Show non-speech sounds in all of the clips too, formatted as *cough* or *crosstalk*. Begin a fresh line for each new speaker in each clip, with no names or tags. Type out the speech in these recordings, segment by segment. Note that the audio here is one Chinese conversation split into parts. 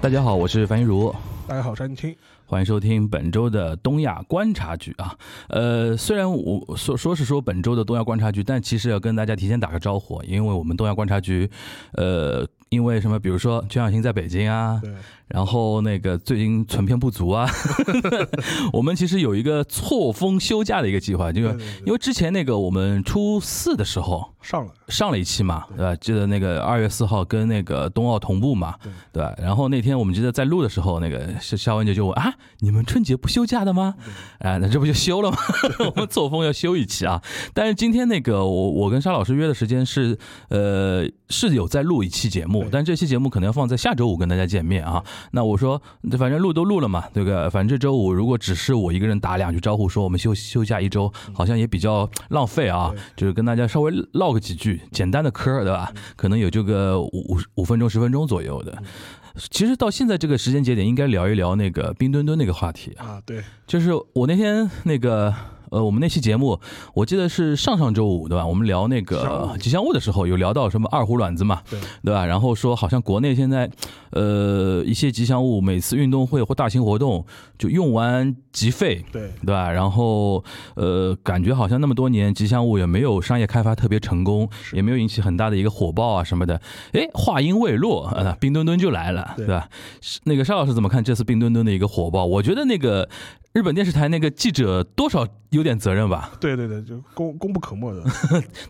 大家好，我是樊一茹，
大家好，张青。
欢迎收听本周的东亚观察局啊。呃，虽然我说说是说本周的东亚观察局，但其实要跟大家提前打个招呼，因为我们东亚观察局，呃，因为什么，比如说全小新在北京啊，
对，
然后那个最近存片不足
*laughs*
啊，我们其实有一个错峰休假的一个计划，因为
对对对
因为之前那个我们初四的时候，
上了，
上了一期嘛，对吧？记得那个二月四号跟那个冬奥同步嘛，
对
对吧？然后那天我们记得在录的时候，那个肖肖文杰就问啊，你们春节不休假的吗？啊，那这不就休了吗？我们作风要休一期啊。但是今天那个我我跟沙老师约的时间是，呃，是有在录一期节目
对，
但这期节目可能要放在下周五跟大家见面啊。那我说，反正录都录了嘛，对吧？反正这周五如果只是我一个人打两句招呼，说我们休休假一周，好像也比较浪费啊。就是跟大家稍微唠个几句简单的嗑儿，对吧？可能有这个五五五分钟、十分钟左右的。其实到现在这个时间节点，应该聊一聊那个冰墩墩那个话题啊。
啊，对，
就是我那天那个呃，我们那期节目，我记得是上上周五对吧？我们聊那
吉祥
个
物
吉祥物的时候，有聊到什么二胡卵子嘛，
对
对吧？然后说好像国内现在呃一些吉祥物，每次运动会或大型活动就用完即废，
对，
对吧？然后呃，感觉好像那么多年吉祥物也没有商业开发特别成功，也没有引起很大的一个火爆啊什么的。哎，话音未落，呃，冰墩墩就来了，
对
对吧？是那个邵老师怎么看这次冰墩墩的一个火爆？我觉得那个日本电视台那个记者多少有点责任吧，
对对对，就功功不可 *laughs* 没的，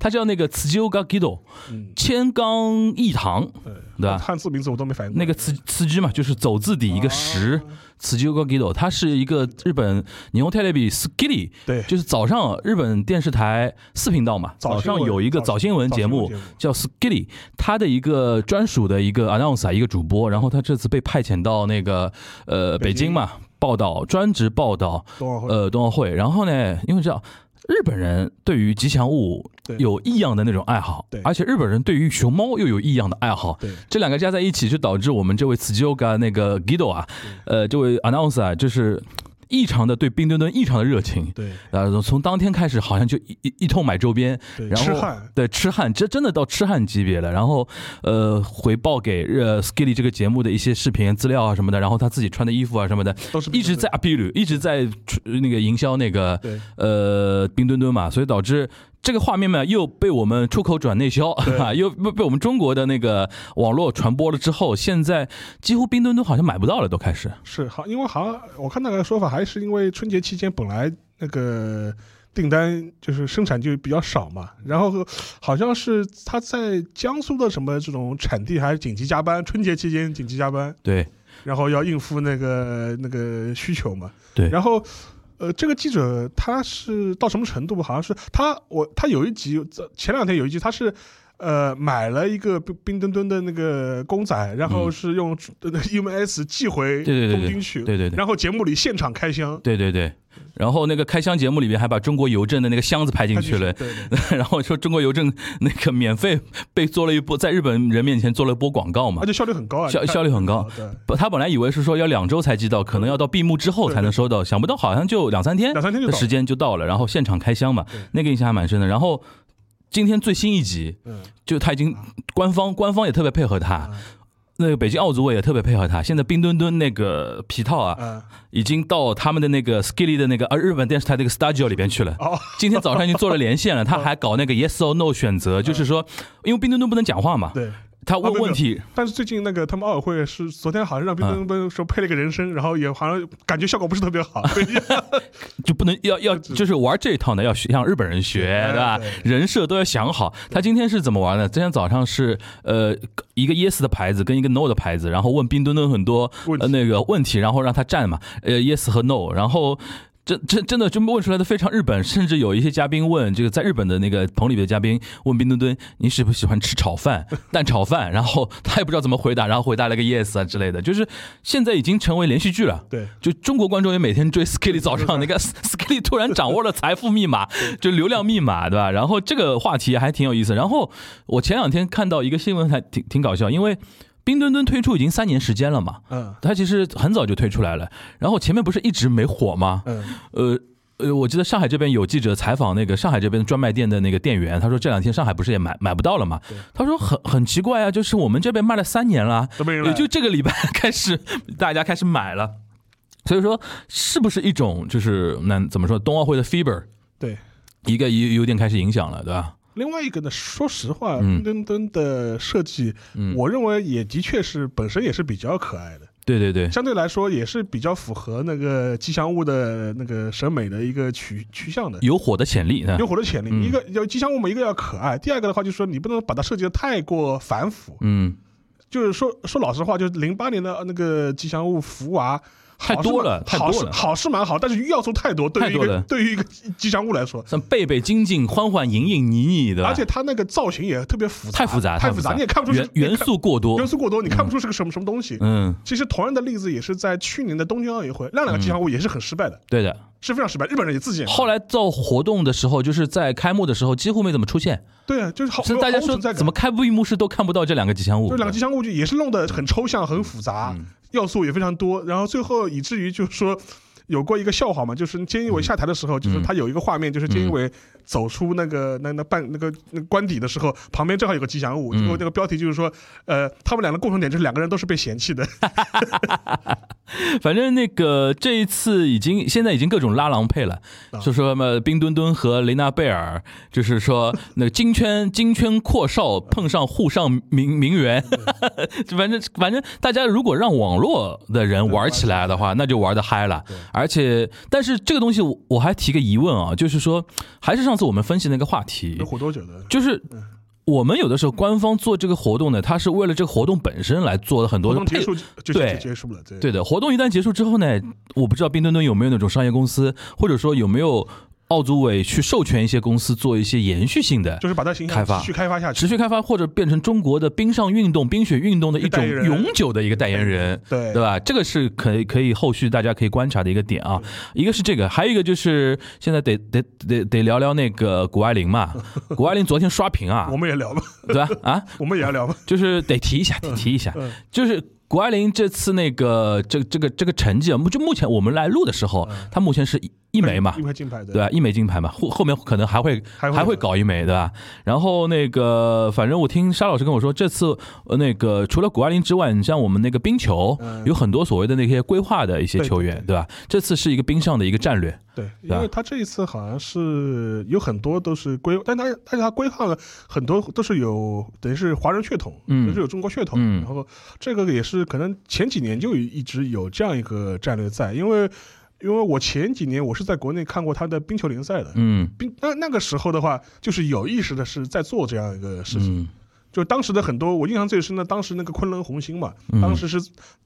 他叫那个茨吉欧嘎吉斗，
嗯，
千冈一堂。
对，
对吧
我汉字名字我都没反应过
那
来，
个茨茨居嘛，就是走字底一个石，茨居 o g i d o 它是一个日本霓虹 t e l e b i s k i l y
对，
就是早上日本电视台四频道嘛，
早
早
新闻
上有一个
早
早新闻节目
早新闻
叫 Skilly，他的一个专属的一个 announcer 一个主播，然后他这次被派遣到那个呃
北京哦
北京嘛报道，专职报道
冬奥会，
呃冬奥会。然后呢，因为知道日本人对于吉祥物
对
有异样的那种爱好
对，
而且日本人对于熊猫又有异样的爱好，
对，
这两个加在一起，就导致我们这位 s t u g a 那个 Guido 啊，呃，这位 announcer 啊，就是异常的对冰墩墩异常的热情。
对，
呃，从从当天开始，好像就一一一通买周边，
对，
然后
痴汉，
对痴汉，这真的到痴汉级别了。然后，呃，回报给呃 Skilly 这个节目的一些视频资料啊什么的，然后他自己穿的衣服啊什么的，
都是
一直在 a 一直在出那个营销那个
对
呃冰墩墩嘛，所以导致这个画面嘛又被我们出口转内销，啊， *laughs* 又被被我们中国的那个网络传播了之后，现在几乎冰墩墩好像买不到了，都开始。
是好，因为好像我看那个说法，还是因为春节期间本来那个呃订单就是生产就比较少嘛，然后好像是他在江苏的什么这种产地还紧急加班，春节期间紧急加班，
对
然后要应付那个那个需求嘛。
对
然后，呃，这个记者他是到什么程度？好像是他我他有一集前两天有一集他是。呃，买了一个冰冰墩墩的那个公仔，然后是 *laughs* 用、呃 UMS 寄回
嗯对对对
东京去，
对对对
然后节目里现场开箱，
对对对。然后那个开箱节目里面还把中国邮政的那个箱子拍进
他
去了，
对
*laughs*
对
然后说中国邮政那个免费被做了一波，在日本人面前做了一波广告嘛
而。且效率很高啊，
效
你看
效率很高
对，
不，他本来以为是说要两周才寄到，可能要到闭幕之后才能收到，想不到好像就两三天
两三天就
的
到
时
了，
间就到了，然后现场开箱嘛
对，
那个印象还蛮深的。然后今天最新一集，
嗯，
就他已经官方官方也特别配合
啊
他，那个北京奥组委也特别配合他。现在冰墩墩那个皮套啊，
啊，
已经到他们的那个 Skilly 的那个呃日本电视台那个 Studio 里边去了。
哦，
今天早上已经做了连
*laughs*
线了，他还搞那个 Yes or No 选择，就是说，因为冰墩墩不能讲话嘛，
对，
他
啊
问
没有
问题，
但是最近那个他们奥委会是昨天好像让冰
嗯
墩墩说配了一个人声，然后也好像感觉效果不是特别好， *laughs*
就不能要要就是玩这一套呢，要学向日本人学，
对
对吧
对？
人设都要想好。他今天是怎么玩呢？今天早上是呃一个 yes 的牌子跟一个 no 的牌子，然后问冰墩墩很多
问
呃
题
那个问题，然后让他站嘛，呃 yes 和 no，然后。真真真的就问出来的非常日本，甚至有一些嘉宾问这个在日本的那个棚里的嘉宾问冰墩墩你喜不喜欢吃炒饭蛋炒饭，然后他也不知道怎么回答，然后回答了个 yes 啊之类的，就是现在已经成为连续剧了。
对，
就中国观众也每天追 Skilly 早上那个 Skilly 突然掌握了财富密码，就流量密码，对吧？然后这个话题还挺有意思。然后我前两天看到一个新闻，还挺挺搞笑，因为冰墩墩推出已经三年时间了嘛，
嗯
它其实很早就推出来了。然后前面不是一直没火吗？
嗯，
呃，呃，我记得上海这边有记者采访那个上海这边专卖店的那个店员，他说这两天上海不是也买买不到了嘛
对？
他说很很奇怪啊，就是我们这边卖了三年了，
*laughs* 都没人来
也就这个礼拜 *laughs* 开始大家开始买了。所以说，是不是一种就是那怎么说冬奥会的 fever？
对，
一个有有点开始影响了，对吧？
另外一个呢，说实话，
嗯
冰墩墩的设计，
嗯
我认为也的确是本身也是比较可爱的，
对对对，
相对来说也是比较符合那个吉祥物的那个审美的一个取趋向的。
有火的潜力，对吧
有火的潜力，
嗯
一个有吉祥物嘛，一个要可爱，第二个的话就是说你不能把它设计的太过繁复，
嗯，
就是说说老实话，就是零八年的那个吉祥物福娃。
太
好是
多
蛮
了太
好
多
是
了
好是蛮好，但是要素太多，对于一
太多
个
了
对于一个吉祥物来说，
像贝贝、晶晶、欢欢、隐隐、妮妮，对吧？
而且它那个造型也特别复杂，
太复杂，
太
复
杂，你也看不出是
元元素过多
元。素过多，你看不出是个什么什么东西。
嗯，
其实同样的例子也是在去年的东京奥运会，那两个吉祥物也是很失败的，
对的。
是非常失败。日本人也自己也
后来做活动的时候，就是在开幕的时候几乎没怎么出现，
对啊，就是好
甚至大家说怎么，开闭幕式都看不到这两个吉祥物。
就两个吉祥物就也是弄得很抽象、很复杂，
嗯
要素也非常多，然后最后以至于就是说。有过一个笑话嘛，就是菅
嗯
义伟下台的时候，就是他有一个画面，就是菅义伟走出那个那那半那个那个官邸的时候，旁边正好有个吉祥物，
嗯
结果那个标题就是说，呃，他们两个共同点就是两个人都是被嫌弃的，
反正那个这一次已经现在已经各种拉郎配了
啊，
就说什么冰墩墩和雷娜贝尔，就是说那个金圈金圈阔少碰上沪上名名媛，
嗯
*laughs* 反正反正大家如果让网络的人玩起来的话，那就玩的嗨了。而且，但是这个东西我我还提个疑问啊，就是说还是上次我们分析那个话题
能，活多久的？
就是。我们有的时候官方做这个活动呢，它是为了这个活动本身来做的很多
活
的
动结
配
束就就
对
就结束了，对
对的，活动一旦结束之后呢，我不知道冰墩墩有没有那种商业公司，或者说有没有奥组委去授权一些公司做一些延续性的、
就是把它形象
开发
持续开发下去。
持续开发，或者变成中国的冰上运动、冰雪运动的一
代
种
言人
永久的一个代言人。
对
对吧？这个是可以可以后续大家可以观察的一个点啊。一个是这个，还有一个就是现在得得得得聊聊那个谷爱凌嘛。谷爱凌昨天刷屏啊
*laughs* 我，们也聊吧，
对吧？啊，
我们也要聊吧。
就是得提一下，得提一下
嗯，
就是。谷爱凌这次那个这这个这个成绩啊，就目前我们来录的时候，
嗯
她目前是一一枚嘛
一，块金牌的，
对吧？一枚金牌嘛，后后面可能还会
还会
还会
有
搞一枚，对吧？然后那个，反正我听沙老师跟我说，这次呃那个除了谷爱凌之外，你像我们那个冰球
嗯，
有很多所谓的那些规划的一些
对
球
对
员，对吧？这次是一个冰上的一个战略，
对，因
吧
为他这一次好像是有很多都是规，但他但是他规划了很多都是有等于是华人血统，
嗯
都是有中国血统，
嗯
然后这个也是可能前几年就一直有这样一个战略在，因为因为我前几年我是在国内看过他的冰球联赛的。
嗯
冰那那个时候的话，就是有意识的是在做这样一个事情，
嗯
就当时的很多，我印象最深的，当时那个昆仑红星嘛，
嗯
当时是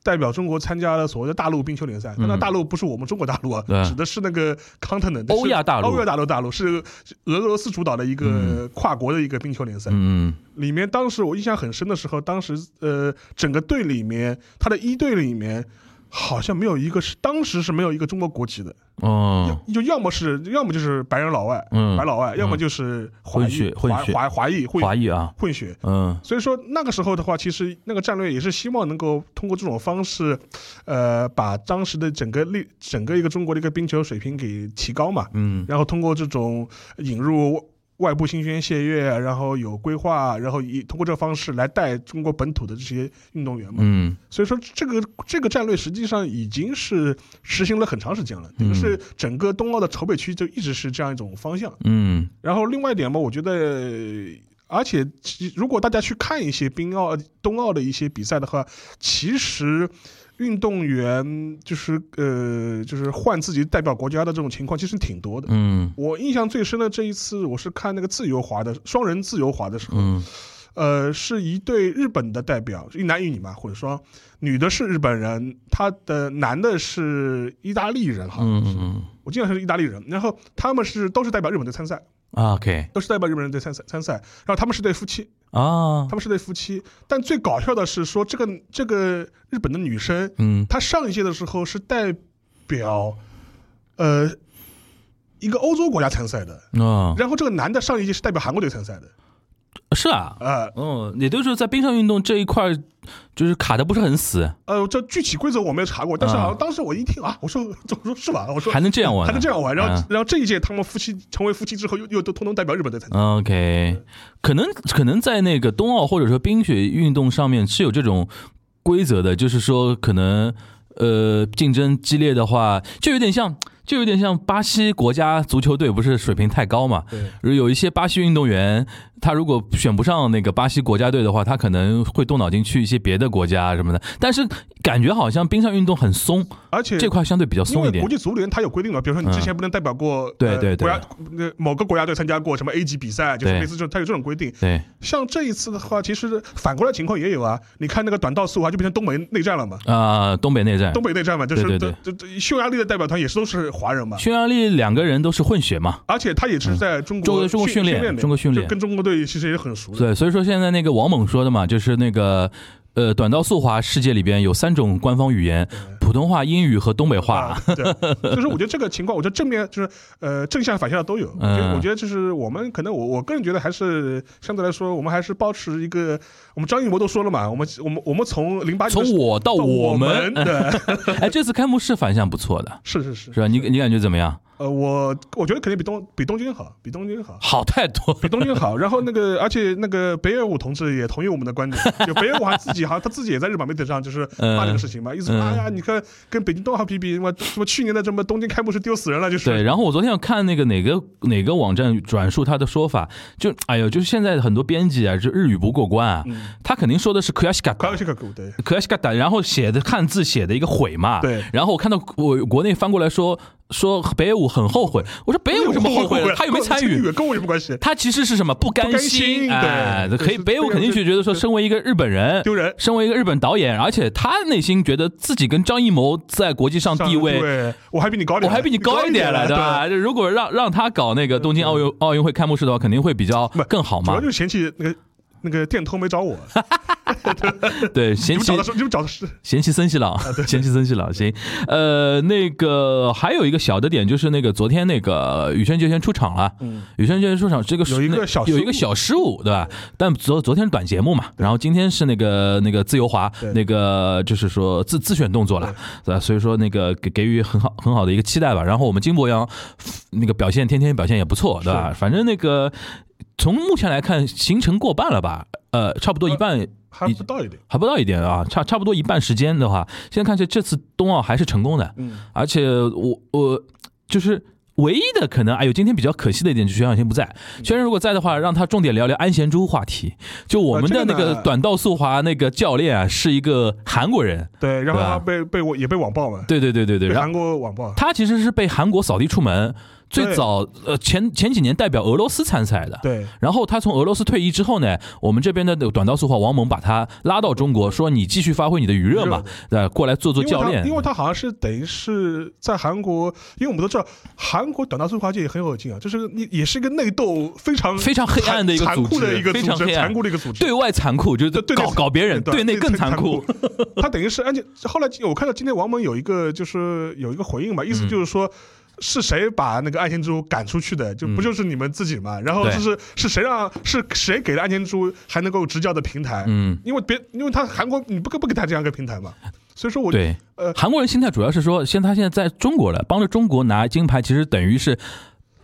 代表中国参加了所谓的大陆冰球联赛。但那大陆不是我们中国大陆啊，
嗯对
指的是那个 continent
欧亚大陆
是欧亚大陆大陆是俄罗斯主导的一个跨国的一个冰球联赛。
嗯
里面当时我印象很深的时候，当时呃整个队里面，他的一队里面好像没有一个是当时是没有一个中国国籍的，
嗯哦，
就要么是要么就是白人老外，
嗯
白老外，要么就是华
混
裔
血混
华
血
华华裔混
华裔啊，
混血。
嗯。
所以说那个时候的话，其实那个战略也是希望能够通过这种方式，呃，把当时的整个历整个一个中国的一个冰球水平给提高嘛。
嗯，
然后通过这种引入外部新鲜血液，然后有规划，然后以通过这个方式来带中国本土的这些运动员嘛。
嗯
所以说这个这个战略实际上已经是实行了很长时间了，等于是整个冬奥的筹备期就一直是这样一种方向。
嗯
然后另外一点嘛，我觉得，呃而且其如果大家去看一些冰奥、冬奥的一些比赛的话，其实运动员就是呃，就是换自己代表国家的这种情况其实挺多的。
嗯
我印象最深的这一次，我是看那个自由滑的双人自由滑的时候，
嗯
呃，是一对日本的代表，一男一女嘛，混双，女的是日本人，他的男的是意大利人，哈，
嗯嗯
我记得是意大利人，然后他们是都是代表日本队参赛。
嗯，OK
都是代表日本人队参赛参赛，然后他们是对夫妻，
啊
他，们是对夫妻。但最搞笑的是说，这个这个日本的女生，
嗯
她上一届的时候是代表，呃，一个欧洲国家参赛的，
啊，
然后这个男的上一届是代表韩国队参赛的，
是啊，
呃
嗯，也就是在冰上运动这一块，就是卡的不是很死，
呃，这具体规则我没有查过，但是好
啊
像当时我一听啊，我说 *laughs* 我说是吧？我说
还能这样玩呢，
还能这样玩，然后
嗯
然后这一届他们夫妻成为夫妻之后，又又都通通代表日本队参加。
OK，可能可能在那个冬奥或者说冰雪运动上面是有这种规则的，就是说可能呃竞争激烈的话，就有点像就有点像巴西国家足球队不是水平太高嘛，
对，
有一些巴西运动员，他如果选不上那个巴西国家队的话，他可能会动脑筋去一些别的国家什么的。但是感觉好像冰上运动很松，
而且
这块相对比较
因
松一
为
点嗯
国。际足联它有规定的，比如说你之前不能代表过、
对
呃
对对
国家呃某个国家队参加过什么 A 级比赛，就是
对
类似这种，它有这种规定。
对，
像这一次的话，其实反过来情况也有啊。你看那个短道速滑就变成东北内战了嘛，
啊、东北内战，
东北内战嘛，就是
对对
这这匈牙利的代表团也是都是华人嘛，
匈牙利两个人都是混血嘛，
而且他也是在中
嗯中
国
国中国训练
练的，
中国训练
就跟中国队其实也很熟的。
对，所以说现在那个王猛说的嘛，就是那个呃，短道速滑世界里边有三种官方语言：普通话、英语和东北话。
啊，对，就是我觉得这个情况，我觉得正面就是呃正向反向的都有。我觉
嗯
得我觉得就是我们可能我我个人觉得还是相对来说，我们还是保持一个，我们张艺谋都说了嘛，我们我们我们从零八
从我到我们 *laughs*
们，的，
哎，这次开幕式反响不错的，
是是是
是，吧？你你感觉怎么样？
呃，我我觉得肯定比东比东京好，比东京好。
好太多了 *laughs*
比东京好，然后那个，而且那个北野武同志也同意我们的观点，就北野武还自己好像他自己也在日本媒体上就是骂这个事情嘛，意思说
嗯
哎呀，你看跟北京冬奥比比，什么什么去年的什么东京开幕式丢死人了，就是
对，然后我昨天有看那个哪个哪个网站转述他的说法，就哎呦，就是现在很多编辑啊，就日语不过关啊，
嗯
他肯定说的是 k u y a s h i
快
k
要去个狗对。
可惜嘎达，然后写的汉字写的一个悔嘛，
对
然后我看到我国内翻过来说说北野武很后悔，我说北野武什么后悔了？他有没有参与？呃
跟我有什么关系？
他其实是什么不甘
不甘
心？
心
哎，
对
可以
就是
北野武肯定是觉得说，身为一个日本人，
丢人。
身为一个日本导演，而且他内心觉得自己跟张艺谋在国际上地位。
对，我还比你高
我
点，
还比你高一点了，对
对？
吧？如果让让他搞那个东京奥运奥运会开幕式的话，肯定会比较
不
更好
主
嘛
要就。是嫌弃那个那个电通没找我，
对，
你
嫌
们
弃
找的是你们找的是
嫌弃森西
啊
朗，嫌弃森西朗，行。呃，那个还有一个小的点就是那个昨天那个呃羽生结弦出场了，羽生结弦出场这个是
嗯有一个
那
小失误
有一个小失误，对吧？但昨昨天是短节目嘛，然后今天是那个那个自由滑
对，
那个就是说自自选动作了，对吧？所以说那个给给予很好很好的一个期待吧。然后我们金博洋那个表现，天天表现也不错，对吧？反正那个从目前来看，行程过半了吧？呃，差不多一半。
还不到一点，
还不到一点啊，差差不多一半时间的话，现在看起来这次冬奥还是成功的，
嗯，
而且我我就是唯一的可能，哎呦，今天比较可惜的一点就是薛晓星不在，薛晓星如果在的话，让他重点聊聊安贤洙话题，就我们的
啊
那
这个呢
个短道速滑那个教练啊，是一个韩国人，
对，然
对
后
吧
他被被我也被网暴嘛，
对对对对对，
被
然后
韩国网暴，
他其实是被韩国扫地出门，最
对
早呃前前几年代表俄罗斯参赛的，
对，
然后他从俄罗斯退役之后呢，我们这边的短道速滑王蒙把他拉到中国，说你继续发挥你的余热嘛
余，
对，过来做做
因为
教
他
练
因。为他好像是等于是在韩国，因为我们都知道韩国短道速滑界也很有劲啊，就是你也是一个内斗非常
非常黑暗的一个
残
组织
残酷的一个
非
组
常黑
织，
暗
残酷的一个组织，
对外残酷就是
对对内
搞搞别人，对内更残酷。。 *laughs*
他等于是，而且后来我看到今天王蒙有一个就是有一个回应嘛，意思就是说。是谁把那个安贤洙赶出去的？
嗯
就不就是你们自己嘛？然后就是是谁让是谁给了安贤洙还能够执教的平台？
嗯，
因为别因为他韩国你不不给他这样一个平台嘛，所以说我
对
呃，
韩国人心态主要是说，现在他现在在中国了，帮着中国拿金牌，其实等于是。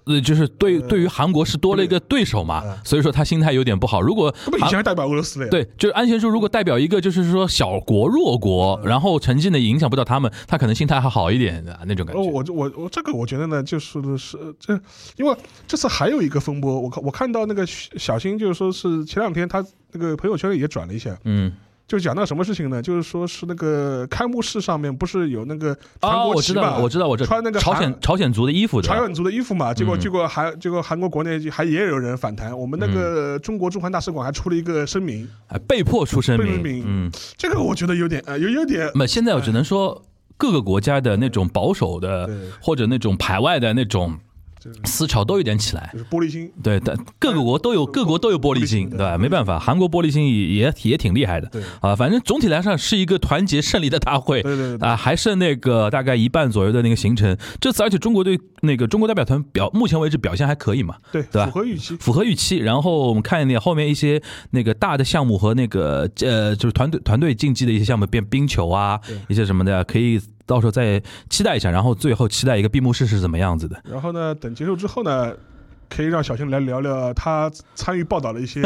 呃，就是对对于韩国是多了一个对手嘛
嗯，
所以说他心态有点不好。如果
根本以前还代表俄罗斯嘞，
对，就是安贤洙如果代表一个就是说小国弱国，
嗯
然后成绩呢影响不到他们，他可能心态还好一点的那种感
哦，
觉。
我就我我这个我觉得呢，就是是这，因为这次还有一个风波，我看我看到那个小小新就是说是前两天他那个朋友圈里也转了一下，
嗯，
就讲到什么事情呢？就是说是那个开幕式上面不是有那个韩
啊，
国
我
旗
知
嘛、
道了，我知道，我知道，
穿那个
朝
韩
鲜朝鲜族的衣服对
朝
吧？
鲜族的衣服嘛，结果
嗯
结果还结果韩国国内就还也有人反弹，我们那
嗯
个中国驻韩大使馆还出了一个声明，
哎被迫出声
被
明
声，明
嗯，
这个我觉得有点呃有有点
那么现在我只能说各个国家的那种保守的
对
或者那种排外的那种
就是
思潮都有点起来。
就是玻璃心，
对，但各个国都有各国都有玻璃心，对吧？没办法，韩国玻璃心也也也挺厉害的
对
啊。反正总体来上是一个团结胜利的大会
对对对对，
啊，还剩那个大概一半左右的那个行程。这次而且中国队那个中国代表团表目前为止表现还可以嘛，
对
对吧
符合预期，
符合预期。然后我们看一点后面一些那个大的项目和那个呃，就是团队团队竞技的一些项目，变冰球啊
对，
一些什么的，可以到时候再期待一下。然后最后期待一个闭幕式是怎么样子的。
然后呢，等结束之后呢，可以让小新来聊聊他参与报道
*laughs*
的一些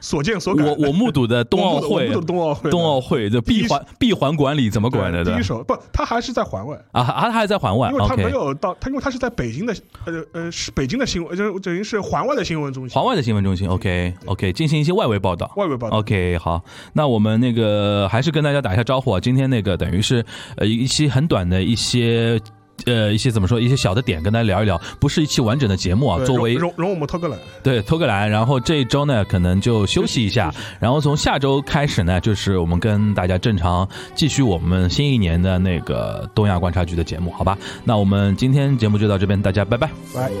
所见所感。
我我目睹的冬奥
我
会
目睹，的冬奥会，
冬奥会的
第一
闭环闭环管理怎么管的？对
对第
吧
一手不，他还是在环外，
啊，啊他还在环外
因为他没
，OK。
有到，他因为他是在北京的，呃呃，是北京的新闻，就是等于是环外的新闻中心，
环外的新闻中心，OK OK，进行一些外围报道。
外围报道。
OK，好，那我们那个还是跟大家打一下招呼啊。今天那个等于是呃一期很短的一些呃一些怎么说一些小的点跟大家聊一聊，不是一期完整的节目啊。
对
作为
容容容我们偷个懒，
对偷个懒，然后这一周呢可能就休息一下，然后从下周开始呢，就是我们跟大家正常继续我们新一年的那个东亚观察局的节目，好吧？那我们今天节目就到这边，大家拜拜。
来。
「君の声が聞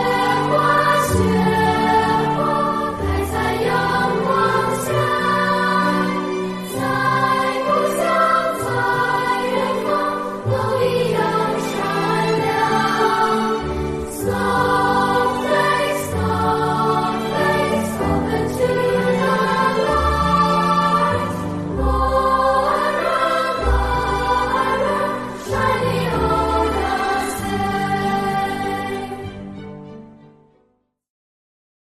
こえる」